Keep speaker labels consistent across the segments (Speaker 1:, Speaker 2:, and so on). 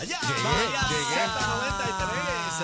Speaker 1: Allá.
Speaker 2: Z93,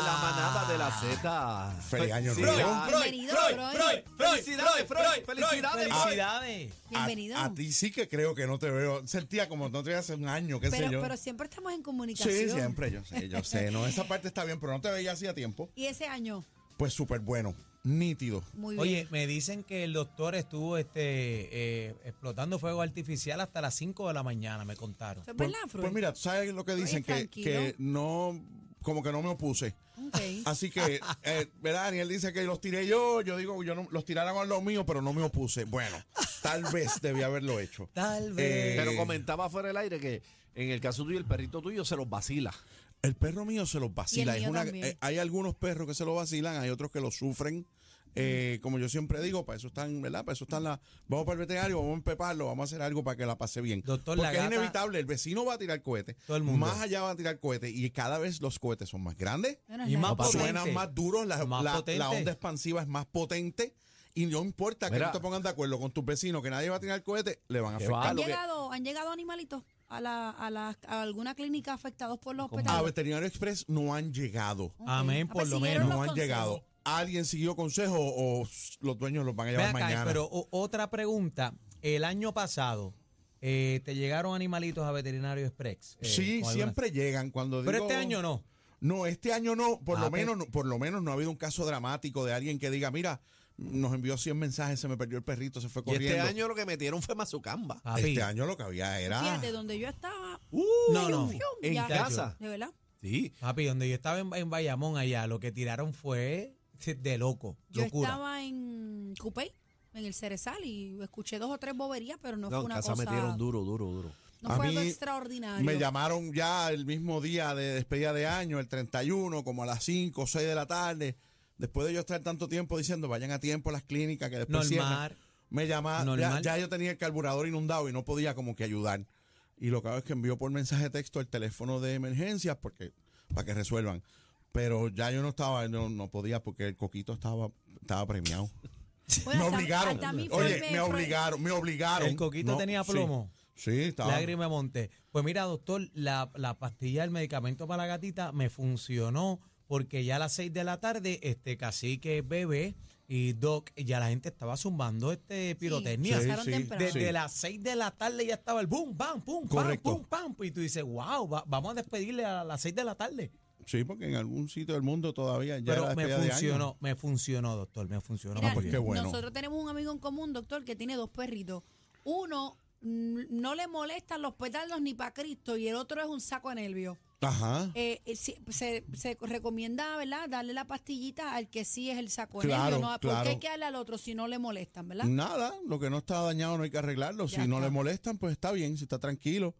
Speaker 2: la manada de la Z.
Speaker 3: Feliz año
Speaker 2: Sí,
Speaker 3: nuevo.
Speaker 2: ya.
Speaker 4: bienvenido, Freud.
Speaker 2: Felicidades, Freud. Felicidades, Freud.
Speaker 5: Felicidades.
Speaker 3: A,
Speaker 4: Bienvenido.
Speaker 3: a ti sí que creo que no te veo. Sentía como no te veía hace un año, qué sé
Speaker 4: pero,
Speaker 3: yo.
Speaker 4: pero siempre estamos en comunicación.
Speaker 3: sí, siempre, yo sé, yo sé. No, esa parte está bien, pero no te veía hacía tiempo.
Speaker 4: Y ese año,
Speaker 3: Pues súper bueno, nítido.
Speaker 4: muy bien.
Speaker 5: Oye, me dicen que el doctor estuvo este, eh, explotando fuego artificial hasta las 5 de la mañana, me contaron.
Speaker 4: ¿Eso es
Speaker 3: Pues,
Speaker 4: verdad, Freud?
Speaker 3: pues mira, tú sabes lo que dicen, que,
Speaker 4: tranquilo.
Speaker 3: que no, como que no me opuse.
Speaker 4: Ok.
Speaker 3: Así que, eh, ¿verdad? Daniel dice que los tiré yo, yo digo, yo no, los tiraron a los míos, pero no me opuse. Bueno, tal vez debía haberlo hecho.
Speaker 5: Tal
Speaker 3: Eh,
Speaker 5: vez.
Speaker 2: Pero comentaba fuera del aire que en el caso tuyo, el perrito tuyo se los vacila.
Speaker 3: El perro mío se los vacila.
Speaker 4: mío
Speaker 3: es una-
Speaker 4: también.
Speaker 3: eh, hay algunos perros que se los vacilan, hay otros que lo sufren. Eh, como yo siempre digo, para eso están, ¿verdad? Para eso están las. Vamos para el veterinario, vamos a empeparlo, vamos a hacer algo para que la pase bien.
Speaker 5: Doctor, la
Speaker 3: Porque es
Speaker 5: gata-
Speaker 3: inevitable, el vecino va a tirar cohetes.
Speaker 5: Todo el mundo.
Speaker 3: Más allá va a tirar cohetes y cada vez los cohetes son más grandes,
Speaker 4: Bueno,
Speaker 5: y
Speaker 4: nada.
Speaker 5: más potente.
Speaker 3: suenan más duros, la,
Speaker 5: Más
Speaker 3: la-
Speaker 5: potente.
Speaker 3: la onda expansiva es más potente y no importa que
Speaker 2: Mira.
Speaker 3: no te pongan de acuerdo con tus vecinos, que nadie va a tirar cohetes, le van a
Speaker 2: Qué
Speaker 3: afectar.
Speaker 2: va,
Speaker 4: ¿Han,
Speaker 2: lo que-
Speaker 4: llegado, ¿Han llegado animalitos a, la, a, la, a alguna clínica afectados por los
Speaker 3: A
Speaker 4: hospitales?
Speaker 3: Veterinario Express no han llegado.
Speaker 5: Amén, por lo menos.
Speaker 3: no han llegado. ¿Alguien siguió consejo o s- los dueños los van a
Speaker 5: Ve
Speaker 3: llevar
Speaker 5: acá,
Speaker 3: mañana?
Speaker 5: pero o- otra pregunta. El año pasado, eh, ¿te llegaron animalitos a Veterinario Express? Eh,
Speaker 3: sí,
Speaker 5: con algunas-
Speaker 3: siempre llegan cuando
Speaker 5: Pero
Speaker 3: digo-
Speaker 5: este año no.
Speaker 3: No, este año no, por
Speaker 5: Ah,
Speaker 3: lo
Speaker 5: pe-
Speaker 3: menos no, por lo menos no ha habido un caso dramático de alguien que diga, "Mira, nos envió 100 mensajes, se me perdió el perrito, se fue
Speaker 2: Y
Speaker 3: corriendo."
Speaker 2: este año lo que metieron fue mazucamba.
Speaker 4: Ah.
Speaker 5: Papi,
Speaker 3: Este año lo que había era
Speaker 4: Fíjate, donde yo estaba.
Speaker 3: Uh,
Speaker 5: No, no.
Speaker 4: fium,
Speaker 2: Uh, En
Speaker 4: ya.
Speaker 2: casa.
Speaker 4: ¿De verdad?
Speaker 2: Sí.
Speaker 5: papi, donde yo estaba en, en Bayamón allá, lo que tiraron fue de loco,
Speaker 4: Yo
Speaker 5: locura.
Speaker 4: estaba en Coupé, en el Cerezal, y escuché dos o tres boberías, pero
Speaker 2: No,
Speaker 4: no, fue
Speaker 2: en
Speaker 4: una
Speaker 2: casa
Speaker 4: cosa.
Speaker 2: metieron duro, duro, duro.
Speaker 4: No
Speaker 3: A
Speaker 4: fue algo
Speaker 3: mí
Speaker 4: extraordinario.
Speaker 3: Me llamaron ya el mismo día de despedida de año, el 31, como a las 5 o 6 de la tarde. Después de yo estar tanto tiempo diciendo, vayan a tiempo a las clínicas que después cierran.
Speaker 5: Normal.
Speaker 3: Me llamaron, ya,
Speaker 5: Normal.
Speaker 3: ya yo tenía el carburador inundado y no podía como que ayudar. Y lo que hago es que envío por mensaje de texto el teléfono de emergencias porque, para que resuelvan. Pero ya yo no estaba, no, no podía porque el coquito estaba, estaba premiado.
Speaker 4: Bueno,
Speaker 3: me
Speaker 4: Pues, hasta-
Speaker 3: obligaron.
Speaker 4: hasta a mí Freud
Speaker 3: Oye, me
Speaker 4: Freud-
Speaker 3: obligaron, me obligaron.
Speaker 5: El coquito tenía
Speaker 3: sí.
Speaker 5: plomo.
Speaker 3: Sí, estaba.
Speaker 5: Lágrima Monte. Pues mira, doctor, la, la pastilla, el medicamento para la gatita me funcionó porque ya a las 6 de la tarde, este cacique, bebé y doc, ya la gente estaba zumbando este pirotecnia.
Speaker 3: Sí,
Speaker 4: pasaron
Speaker 3: sí,
Speaker 4: temprano.
Speaker 5: Desde
Speaker 3: sí.
Speaker 5: las 6 de la tarde ya estaba el boom, bam, pum, pam,
Speaker 3: Correcto.
Speaker 5: pum, pam. Y tú dices, wow, va- vamos a despedirle a las 6 de la tarde.
Speaker 3: Sí, porque en algún sitio del mundo todavía ya era
Speaker 5: Pero me
Speaker 3: despedida de año.
Speaker 5: funcionó, me funcionó, doctor, me funcionó.
Speaker 4: Mira,
Speaker 3: Ah, pues
Speaker 5: muy
Speaker 3: qué
Speaker 5: bien.
Speaker 3: bueno.
Speaker 4: Nosotros tenemos un amigo en común, doctor, que tiene dos perritos. Uno mm, no le molestan los petardos ni para Cristo y el otro es un saco de nervios.
Speaker 3: Ajá.
Speaker 4: Eh, eh, sí, se, se recomienda, ¿verdad?, darle la pastillita al que sí es el saco de
Speaker 3: Claro,
Speaker 4: nervios. No, ¿Por
Speaker 3: claro. Mm.
Speaker 4: qué hay que darle al otro si no le molestan, verdad?
Speaker 3: Nada, lo que no está dañado no hay que arreglarlo.
Speaker 4: Ya
Speaker 3: si no
Speaker 4: está.
Speaker 3: le molestan, pues está bien, si está tranquilo.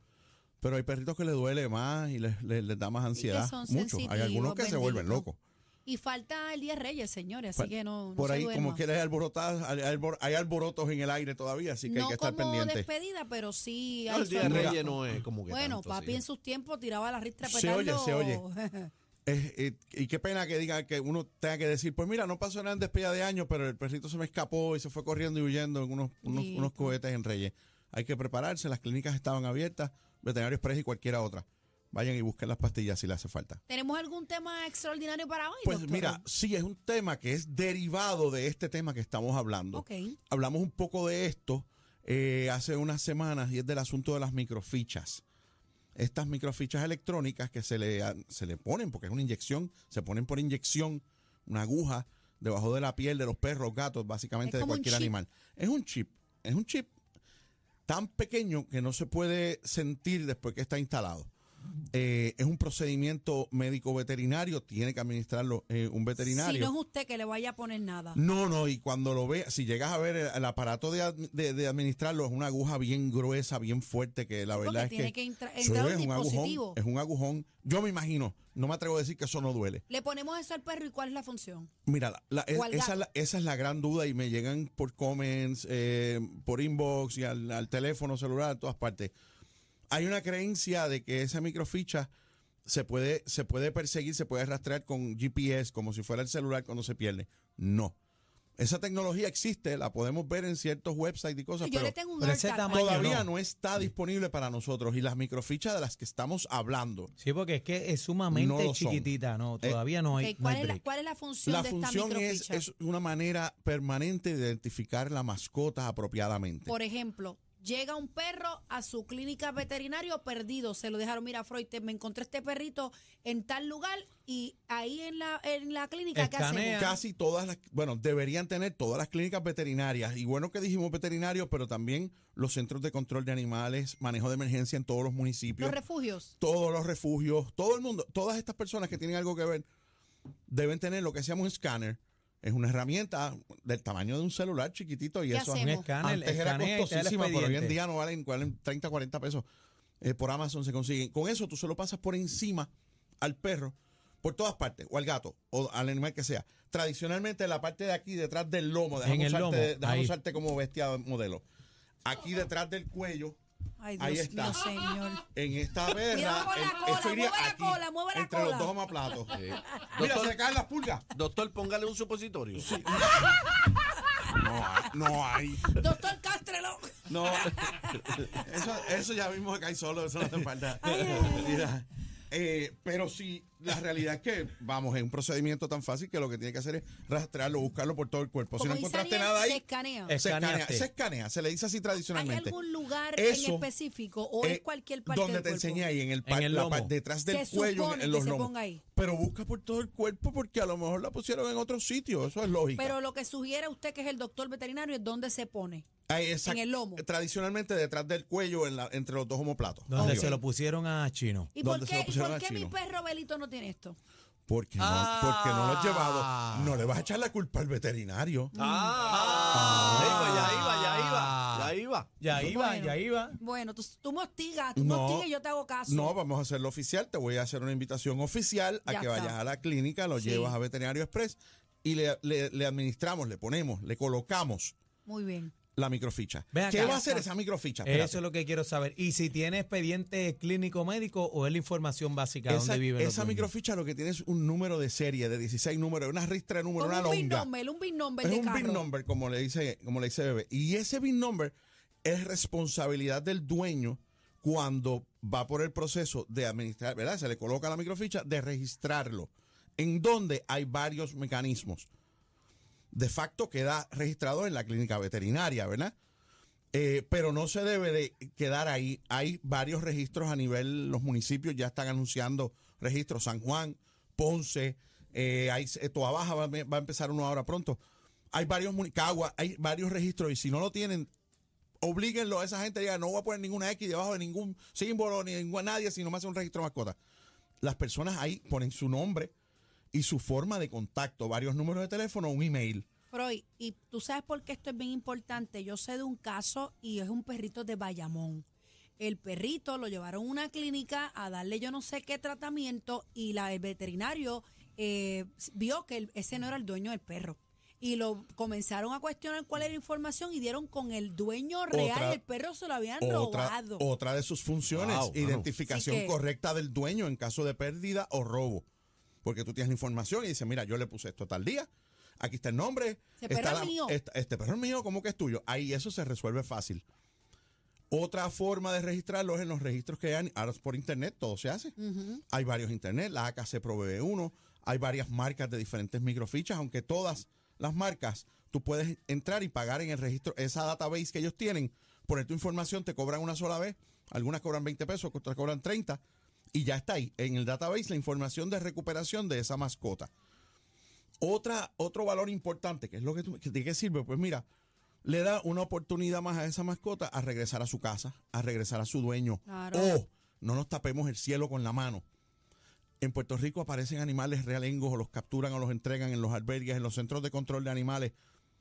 Speaker 3: Pero hay perritos que le duele más y les, les- les da más ansiedad.
Speaker 4: son
Speaker 3: Mucho. Hay
Speaker 4: sensitivos,
Speaker 3: algunos que se vuelven
Speaker 4: bendito.
Speaker 3: locos.
Speaker 4: Y falta el Día de Reyes, señores, así
Speaker 3: Pues,
Speaker 4: que no, no
Speaker 3: Por
Speaker 4: se
Speaker 3: ahí,
Speaker 4: duerma.
Speaker 3: como quiera, hay, alborotadas- hay, albor- hay alborotos en el aire todavía, así que
Speaker 4: no
Speaker 3: hay que estar
Speaker 4: como
Speaker 3: pendiente.
Speaker 4: despedida, pero sí
Speaker 2: No,
Speaker 4: hay
Speaker 2: el día de
Speaker 4: sueldo.
Speaker 2: Reyes no es como que
Speaker 4: Bueno,
Speaker 2: tanto,
Speaker 4: papi
Speaker 2: sí.
Speaker 4: en sus tiempos tiraba la ristra de
Speaker 3: pues, Se oye,
Speaker 4: petardos.
Speaker 3: se oye. Es- eh, y qué pena que diga que uno tenga que decir, pues mira, no pasó nada en despedida de año, pero el perrito se me escapó y se fue corriendo y huyendo en unos, unos,
Speaker 4: Listo.
Speaker 3: unos cohetes en Reyes. Hay que prepararse, las clínicas estaban abiertas, veterinarios Express y cualquiera otra. Vayan y busquen las pastillas si le hace falta.
Speaker 4: ¿Tenemos algún tema extraordinario para hoy,
Speaker 3: Pues
Speaker 4: doctora?
Speaker 3: mira, sí, es un tema que es derivado de este tema que estamos hablando.
Speaker 4: Ok.
Speaker 3: Hablamos un poco de esto eh, hace unas semanas y es del asunto de las microfichas. Estas microfichas electrónicas que se le, a- se le ponen, porque es una inyección, se ponen por inyección, una aguja debajo de la piel de los perros, gatos, básicamente
Speaker 4: Es
Speaker 3: de
Speaker 4: como un
Speaker 3: cualquier
Speaker 4: chip.
Speaker 3: animal. Es un chip, es un chip tan pequeño que no se puede sentir después que está instalado. Eh, es un procedimiento médico veterinario, tiene que administrarlo eh, un veterinario.
Speaker 4: Si no es usted que le vaya a poner nada.
Speaker 3: No, no, y cuando lo ve, si llegas a ver el, el aparato de, ad- de- de administrarlo, es una aguja bien gruesa, bien fuerte, que la
Speaker 4: Porque
Speaker 3: verdad es
Speaker 4: tiene
Speaker 3: que,
Speaker 4: que entra-
Speaker 3: Sí,
Speaker 4: entrar un
Speaker 3: es un agujón,
Speaker 4: dispositivo.
Speaker 3: es un agujón. Yo me imagino, no me atrevo a decir que eso no duele.
Speaker 4: Le ponemos eso al perro y cuál es la función.
Speaker 3: Mira, la- la- es-
Speaker 4: O al
Speaker 3: esa,
Speaker 4: gato.
Speaker 3: es la, esa es la gran duda y me llegan por comments, eh, por inbox y al, al teléfono celular, a todas partes. Hay una creencia de que esa microficha se puede, se puede perseguir, se puede rastrear con GPS, como si fuera el celular cuando se pierde. No. Esa tecnología existe, la podemos ver en ciertos websites y cosas,
Speaker 4: Yo
Speaker 3: pero
Speaker 4: le tengo un
Speaker 5: pero ese
Speaker 4: alerta.
Speaker 5: tamaño-
Speaker 3: todavía
Speaker 5: no.
Speaker 3: no está disponible para nosotros. Y las microfichas de las que estamos hablando,
Speaker 5: Sí, porque es que es
Speaker 3: No
Speaker 5: sumamente
Speaker 3: lo son. Eh,
Speaker 5: chiquitita, no, todavía no hay.
Speaker 4: Ok, ¿cuál,
Speaker 5: no hay
Speaker 4: es la,
Speaker 5: break.
Speaker 4: ¿Cuál es la función
Speaker 3: la
Speaker 4: de esta
Speaker 3: función es,
Speaker 4: microficha?
Speaker 3: es una manera permanente de identificar la mascota apropiadamente.
Speaker 4: Por ejemplo, llega un perro a su clínica veterinario perdido, se lo dejaron, mira Freud, te- me encontré este perrito en tal lugar y ahí en la, en la clínica, ¿qué
Speaker 5: Escanea.
Speaker 4: hacemos?
Speaker 3: Casi todas las, bueno, deberían tener todas las clínicas veterinarias. Y bueno que dijimos veterinarios, pero también los centros de control de animales, manejo de emergencia en todos los municipios,
Speaker 4: Los refugios.
Speaker 3: todos los refugios, todo el mundo, todas estas personas que tienen algo que ver, deben tener lo que se llama un escáner. Es una herramienta del tamaño de un celular chiquitito y
Speaker 4: ¿Qué
Speaker 3: eso
Speaker 4: hacemos?
Speaker 5: Un escáner,
Speaker 3: Antes era
Speaker 5: escanea y te da el
Speaker 3: costosísima, pero hoy en
Speaker 5: expediente.
Speaker 3: día no valen, valen 30, 40 pesos. Eh, por Amazon se consiguen. Con eso tú se lo pasas por encima al perro, por todas partes, o al gato, o al animal que sea. Tradicionalmente la parte de aquí, detrás del lomo, dejamos
Speaker 5: En el
Speaker 3: usarte,
Speaker 5: lomo,
Speaker 3: dejamos
Speaker 5: ahí.
Speaker 3: usarte como bestia modelo. Aquí detrás del cuello,
Speaker 4: Ay, Dios
Speaker 3: Ahí está.
Speaker 4: mío, señor.
Speaker 3: en esta perra,
Speaker 4: Cuidado con la
Speaker 3: en-
Speaker 4: cola,
Speaker 3: esto iría
Speaker 4: mueve la cola, mueve la
Speaker 3: entre
Speaker 4: cola.
Speaker 3: los dos amaplatos. Mira,
Speaker 2: Doctor-
Speaker 3: se le caen las pulgas.
Speaker 2: Doctor, póngale un supositorio.
Speaker 3: No, hay- no hay.
Speaker 4: Doctor Castrelo.
Speaker 3: No, eso, eso ya vimos acá y solo, eso no hace falta. Mira, eh, pero sí, la realidad es que, vamos, es un procedimiento tan fácil que lo que tiene que hacer es rastrearlo, buscarlo por todo el cuerpo.
Speaker 4: Como
Speaker 3: si no
Speaker 4: dice
Speaker 3: encontraste
Speaker 4: Ariel,
Speaker 3: nada
Speaker 4: se
Speaker 3: ahí,
Speaker 4: escanea.
Speaker 3: se escanea,
Speaker 5: Escaneaste.
Speaker 3: se escanea, se le dice así
Speaker 4: ¿Hay
Speaker 3: tradicionalmente.
Speaker 4: algún lugar en
Speaker 3: Eso,
Speaker 4: específico o es
Speaker 3: eh,
Speaker 4: cualquier parte
Speaker 3: donde
Speaker 4: del
Speaker 3: te
Speaker 4: cuerpo?
Speaker 3: enseña ahí en el, par-
Speaker 5: En el
Speaker 3: la
Speaker 5: lomo.
Speaker 3: par- detrás del
Speaker 4: Se
Speaker 3: cuello en,
Speaker 4: supone
Speaker 3: en
Speaker 4: que
Speaker 3: los
Speaker 4: se
Speaker 3: lomos
Speaker 4: ponga ahí.
Speaker 3: pero busca por todo el cuerpo porque a lo mejor la pusieron en otro sitio eso es lógico
Speaker 4: Pero lo que sugiere usted que es el doctor veterinario es dónde se pone.
Speaker 3: Ah, exact-
Speaker 4: en el lomo.
Speaker 3: tradicionalmente detrás del cuello en la- entre los dos omoplatos
Speaker 5: Donde
Speaker 3: Arriba.
Speaker 5: se lo pusieron a Chino.
Speaker 4: ¿Y por
Speaker 3: ¿Dónde se
Speaker 4: qué,
Speaker 3: lo
Speaker 4: y
Speaker 3: pusieron
Speaker 4: por
Speaker 3: al
Speaker 4: qué mi
Speaker 3: chino?
Speaker 4: perro Belito no tiene esto?
Speaker 3: Porque no,
Speaker 5: Ah.
Speaker 3: porque no lo has llevado. No le vas a echar la culpa al veterinario.
Speaker 4: Ah.
Speaker 2: Ah, ahí va, ya iba, ya iba, ya iba.
Speaker 5: Ah, Ya iba,
Speaker 4: Bueno.
Speaker 5: ya iba.
Speaker 4: Bueno, tú, tú me hostigas, tú me
Speaker 3: No.
Speaker 4: hostigas y yo te hago caso.
Speaker 3: No, vamos a hacerlo oficial. Te voy a hacer una invitación oficial a
Speaker 4: Ya
Speaker 3: que
Speaker 4: está.
Speaker 3: vayas a la clínica, lo
Speaker 4: Sí.
Speaker 3: llevas a Veterinario Express y le, le- le administramos, le ponemos, le colocamos
Speaker 4: Muy bien.
Speaker 3: la microficha.
Speaker 5: Ven acá.
Speaker 3: ¿Qué va a hacer esa microficha?
Speaker 5: Eso es
Speaker 3: Espérate.
Speaker 5: lo que quiero saber. ¿Y si tiene expediente clínico médico o es la información básica
Speaker 3: esa
Speaker 5: donde vive
Speaker 3: esa microficha lo que tiene es un número de serie, de 16 números, una ristra de números,
Speaker 4: Como
Speaker 3: una
Speaker 4: un big
Speaker 3: longa.
Speaker 4: number, un big number
Speaker 3: Es
Speaker 4: de
Speaker 3: un
Speaker 4: carro.
Speaker 3: big number, como le dice, como le dice Bebé. Y ese big number es responsabilidad del dueño cuando va por el proceso de administrar, ¿verdad? Se le coloca la microficha de registrarlo, en donde hay varios mecanismos. De facto queda registrado en la clínica veterinaria, ¿verdad? Eh, pero no se debe de quedar ahí. Hay varios registros a nivel, los municipios ya están anunciando registros, San Juan, Ponce, eh, hay, eh, Toa Baja va, a me- va a empezar uno ahora pronto. Hay varios, muni- Cagua, hay varios registros y si no lo tienen, oblíguenlo a esa gente, diga, no voy a poner ninguna X debajo de ningún símbolo, ni ningún- a nadie, sino más un registro de mascota. Las personas ahí ponen su nombre y su forma de contacto, varios números de teléfono, un email.
Speaker 4: Freud, y tú sabes por qué esto es bien importante. Yo sé de un caso y es un perrito de Bayamón. El perrito lo llevaron a una clínica a darle yo no sé qué tratamiento y la, el veterinario eh, vio que el- ese no era el dueño del perro. Y lo comenzaron a cuestionar cuál era la información y dieron con el dueño real.
Speaker 3: Otra-
Speaker 4: el perro se lo habían
Speaker 3: Otra,
Speaker 4: robado.
Speaker 3: otra de sus funciones,
Speaker 2: Wow, mano.
Speaker 3: identificación
Speaker 4: Así que-
Speaker 3: correcta del dueño en caso de pérdida o robo. Porque tú tienes la información y dices, mira, yo le puse esto tal día, aquí está el nombre.
Speaker 4: Ese
Speaker 3: está
Speaker 4: perro es
Speaker 3: la-
Speaker 4: mío.
Speaker 3: esta- este perro es mío, ¿cómo que es tuyo? Ahí eso se resuelve fácil. Otra forma de registrarlo es en los registros que hay, ahora es por internet, todo se hace. Hay varios internet, la AKC provee uno, hay varias marcas de diferentes microfichas, aunque todas las marcas tú puedes entrar y pagar en el registro, esa database que ellos tienen, poner tu información, te cobran una sola vez, algunas cobran 20 pesos, otras cobran 30, y ya está ahí, en el database, la información de recuperación de esa mascota. Otra, otro valor importante, que es lo que tú- que- ¿de qué sirve? Pues mira, le da una oportunidad más a esa mascota a regresar a su casa, a regresar a su dueño.
Speaker 4: Claro.
Speaker 3: O no nos tapemos el cielo con la mano. En Puerto Rico aparecen animales realengos o los capturan o los entregan en los albergues, en los centros de control de animales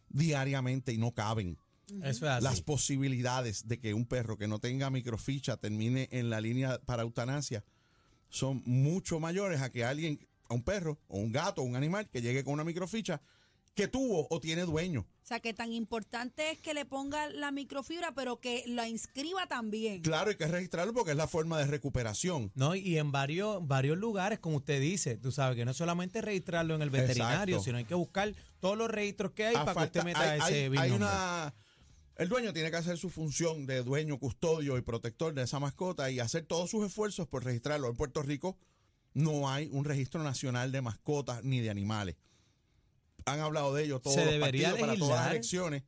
Speaker 3: diariamente y no caben.
Speaker 5: Eso es así.
Speaker 3: Las posibilidades de que un perro que no tenga microficha termine en la línea para eutanasia son mucho mayores a que alguien, a un perro o un gato o un animal que llegue con una microficha que tuvo o tiene dueño.
Speaker 4: O sea, que tan importante es que le ponga la microfibra, pero que la inscriba también.
Speaker 3: Claro, hay que registrarlo porque es la forma de recuperación.
Speaker 5: No, y en varios, varios lugares, como usted dice, tú sabes que no es solamente registrarlo en el veterinario,
Speaker 3: Exacto.
Speaker 5: sino hay que buscar todos los registros que hay
Speaker 3: A
Speaker 5: para
Speaker 3: Ah, falta-
Speaker 5: que usted meta
Speaker 3: hay-
Speaker 5: ese
Speaker 3: hay-
Speaker 5: binomio.
Speaker 3: hay una- El dueño tiene que hacer su función de dueño, custodio y protector de esa mascota y hacer todos sus esfuerzos por registrarlo. En Puerto Rico no hay un registro nacional de mascotas ni de animales. Han hablado de ello todos
Speaker 5: Se
Speaker 3: los
Speaker 5: debería
Speaker 3: partidos para todas las
Speaker 5: legislar.
Speaker 3: elecciones.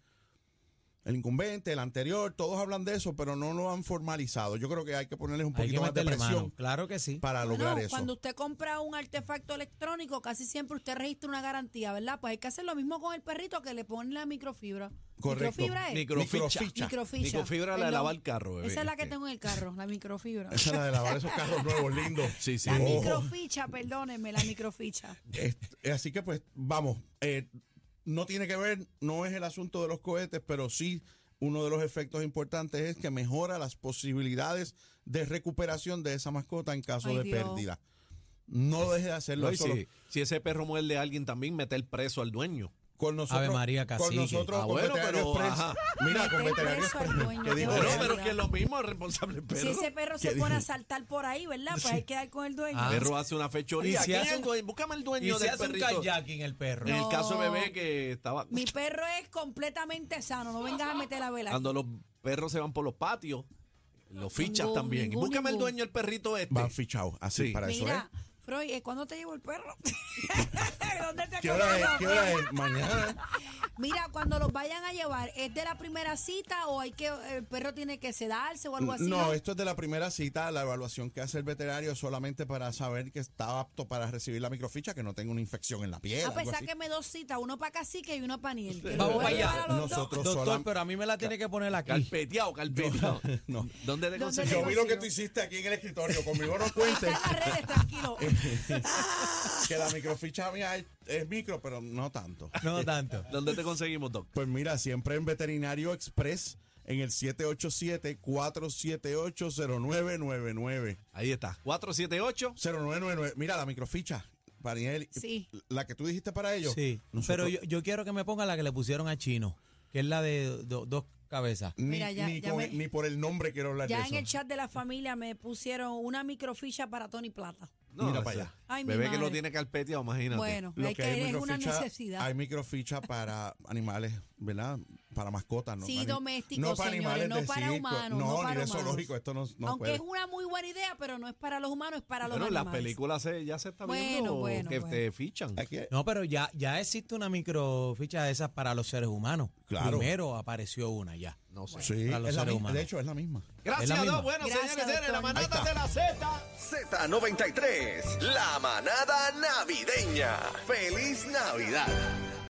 Speaker 3: El incumbente, el anterior, todos hablan de eso, pero no lo han formalizado. Yo creo que hay que ponerles un
Speaker 5: Hay que
Speaker 3: poquito más de
Speaker 5: meterle
Speaker 3: presión
Speaker 5: mano. Claro que sí.
Speaker 3: para
Speaker 4: Bueno,
Speaker 3: lograr eso.
Speaker 4: Cuando usted compra un artefacto electrónico, casi siempre usted registra una garantía, ¿verdad? Pues hay que hacer lo mismo con el perrito que le ponen la microfibra.
Speaker 3: Correcto.
Speaker 4: ¿Microfibra es?
Speaker 2: Microficha.
Speaker 4: Microficha.
Speaker 2: Microfibra, la de
Speaker 4: Perdón.
Speaker 2: lavar el carro, bebé.
Speaker 4: Esa es la que
Speaker 2: Sí.
Speaker 4: tengo en el carro, la microfibra.
Speaker 3: este. Esa es la de lavar esos carros nuevos, lindos.
Speaker 2: Sí, sí.
Speaker 4: La
Speaker 3: Oh.
Speaker 4: microficha, perdónenme, la microficha.
Speaker 3: Est- así que pues vamos, eh, no tiene que ver, no es el asunto de los cohetes, pero sí uno de los efectos importantes es que mejora las posibilidades de recuperación de esa mascota en caso
Speaker 4: Ay,
Speaker 3: de
Speaker 4: Dios.
Speaker 3: pérdida. No deje de hacerlo
Speaker 2: No, y
Speaker 3: eso lo-
Speaker 2: si, si ese perro muerde a alguien también, meter preso al dueño.
Speaker 3: con nosotros.
Speaker 5: Ave María,
Speaker 3: con
Speaker 5: cacique.
Speaker 3: nosotros,
Speaker 2: Ah,
Speaker 3: con
Speaker 2: bueno,
Speaker 3: Veterinario
Speaker 2: pero,
Speaker 3: Express.
Speaker 2: ajá.
Speaker 3: Mira, con
Speaker 4: Meter
Speaker 3: Veterinario
Speaker 4: preso al
Speaker 3: Express,
Speaker 4: dueño,
Speaker 3: que
Speaker 4: qué
Speaker 3: dijo
Speaker 2: Pero,
Speaker 4: bueno.
Speaker 3: él.
Speaker 2: pero que es lo mismo, es responsable el
Speaker 4: Si
Speaker 2: perro.
Speaker 4: ese perro
Speaker 3: ¿Qué
Speaker 4: se pone a
Speaker 3: dije?
Speaker 4: saltar por ahí, ¿verdad? Pues hay que dar con el dueño.
Speaker 5: Ah.
Speaker 2: El perro hace una fechoría.
Speaker 5: Y si
Speaker 2: ¿Quién
Speaker 5: hace
Speaker 2: es el
Speaker 5: un-
Speaker 2: dueño? Búscame el
Speaker 5: Y
Speaker 2: dueño
Speaker 5: se
Speaker 2: del
Speaker 5: hace un
Speaker 2: perrito.
Speaker 5: kayaking el perro.
Speaker 2: En el caso de
Speaker 4: No.
Speaker 2: bebé que estaba...
Speaker 4: Mi perro es completamente sano, no vengas a meter la vela.
Speaker 2: Cuando los perros se van por los patios, los fichas
Speaker 4: Ningún,
Speaker 2: también.
Speaker 4: ningún,
Speaker 2: Búscame el
Speaker 4: ningún.
Speaker 2: dueño del perrito este.
Speaker 3: Van fichados, así
Speaker 2: Sí.
Speaker 3: para eso es.
Speaker 4: Mira, Freud, ¿eh, ¿cuándo te llevo el perro? ¿Dónde te
Speaker 3: ¿Qué hora es?
Speaker 4: acomodas,
Speaker 3: ¿Qué hora
Speaker 4: Freud?
Speaker 3: es? Mañana.
Speaker 4: Mira, cuando los vayan a llevar, ¿es de la primera cita o hay que el perro tiene que sedarse o algo así?
Speaker 3: Mm, No, esto es de la primera cita, la evaluación que hace el veterinario es solamente para saber que está apto para recibir la microficha, que no tenga una infección en la piel.
Speaker 4: A
Speaker 3: algo
Speaker 4: pesar
Speaker 3: así.
Speaker 4: que me dos citas, uno para cacique y uno para Niel. que los
Speaker 5: Vamos
Speaker 4: voy a
Speaker 5: para allá.
Speaker 4: llevar a los dos.
Speaker 3: Nosotros
Speaker 5: Doctor,
Speaker 3: solam-
Speaker 5: pero a mí me la tiene que poner aquí.
Speaker 2: Carpeteado, carpeteado.
Speaker 3: No.
Speaker 2: ¿Dónde te
Speaker 4: ¿Dónde
Speaker 2: conseguí?
Speaker 3: Yo vi lo
Speaker 4: consigo.
Speaker 3: que tú hiciste aquí en el escritorio, conmigo no
Speaker 4: Está en
Speaker 3: cuentes.
Speaker 4: las redes, tranquilo.
Speaker 3: que la microficha mía es, es micro, pero no tanto.
Speaker 5: No tanto.
Speaker 2: ¿Dónde te conseguimos, Doc?
Speaker 3: Pues mira, siempre en Veterinario Express, en el 787-478-0999.
Speaker 2: Ahí está. 478.
Speaker 3: 0999. Mira, la microficha, Daniel,
Speaker 4: Sí.
Speaker 3: la que tú dijiste para ellos.
Speaker 5: Sí. Pero yo, yo quiero que me ponga la que le pusieron a Chino, que es la de do- dos cabezas.
Speaker 3: Ni,
Speaker 4: Mira, ya-
Speaker 3: ni
Speaker 4: ya
Speaker 3: con-
Speaker 4: me-
Speaker 3: ni por el nombre quiero hablar de
Speaker 4: Ya
Speaker 3: eso.
Speaker 4: en el chat de la familia me pusieron una microficha para Tony Plata.
Speaker 3: Mira
Speaker 2: o
Speaker 3: para
Speaker 2: sea,
Speaker 3: allá.
Speaker 4: Ay, mi
Speaker 2: Bebé que lo
Speaker 4: madre.
Speaker 2: tiene carpeteado, imagínate.
Speaker 4: Bueno,
Speaker 3: Lo
Speaker 4: hay que,
Speaker 3: hay
Speaker 4: es una
Speaker 3: microficha-
Speaker 4: necesidad.
Speaker 3: Hay microficha para animales, ¿verdad? Para mascotas, ¿no?
Speaker 4: Sí,
Speaker 3: Para-
Speaker 4: domésticos,
Speaker 3: No para
Speaker 4: señores,
Speaker 3: animales
Speaker 4: no
Speaker 3: de
Speaker 4: para
Speaker 3: circo,
Speaker 4: humanos,
Speaker 3: No,
Speaker 4: no
Speaker 3: ni
Speaker 4: para
Speaker 3: de
Speaker 4: humanos.
Speaker 3: zoológico, esto no, no
Speaker 4: Aunque
Speaker 3: puede.
Speaker 4: es una muy buena idea, pero no es para los humanos, es para los
Speaker 2: Bueno, las
Speaker 4: animales.
Speaker 2: películas se- ya se está
Speaker 4: Bueno,
Speaker 2: viendo
Speaker 4: bueno,
Speaker 2: que
Speaker 4: bueno.
Speaker 2: te fichan.
Speaker 3: Aquí hay-
Speaker 5: No, pero ya, ya existe una microficha de esas para los seres humanos.
Speaker 3: Claro.
Speaker 5: Primero apareció una ya.
Speaker 2: No sé.
Speaker 3: Sí,
Speaker 5: para los
Speaker 3: es la
Speaker 5: seres
Speaker 3: misma,
Speaker 5: humanos.
Speaker 3: de hecho es la misma.
Speaker 5: ¿Es la
Speaker 2: Gracias,
Speaker 5: misma?
Speaker 2: Doc. Bueno,
Speaker 4: Gracias,
Speaker 2: señores, señores, la
Speaker 4: doctor.
Speaker 2: manada de la Z.
Speaker 1: Z93, la manada navideña. ¡Feliz Navidad!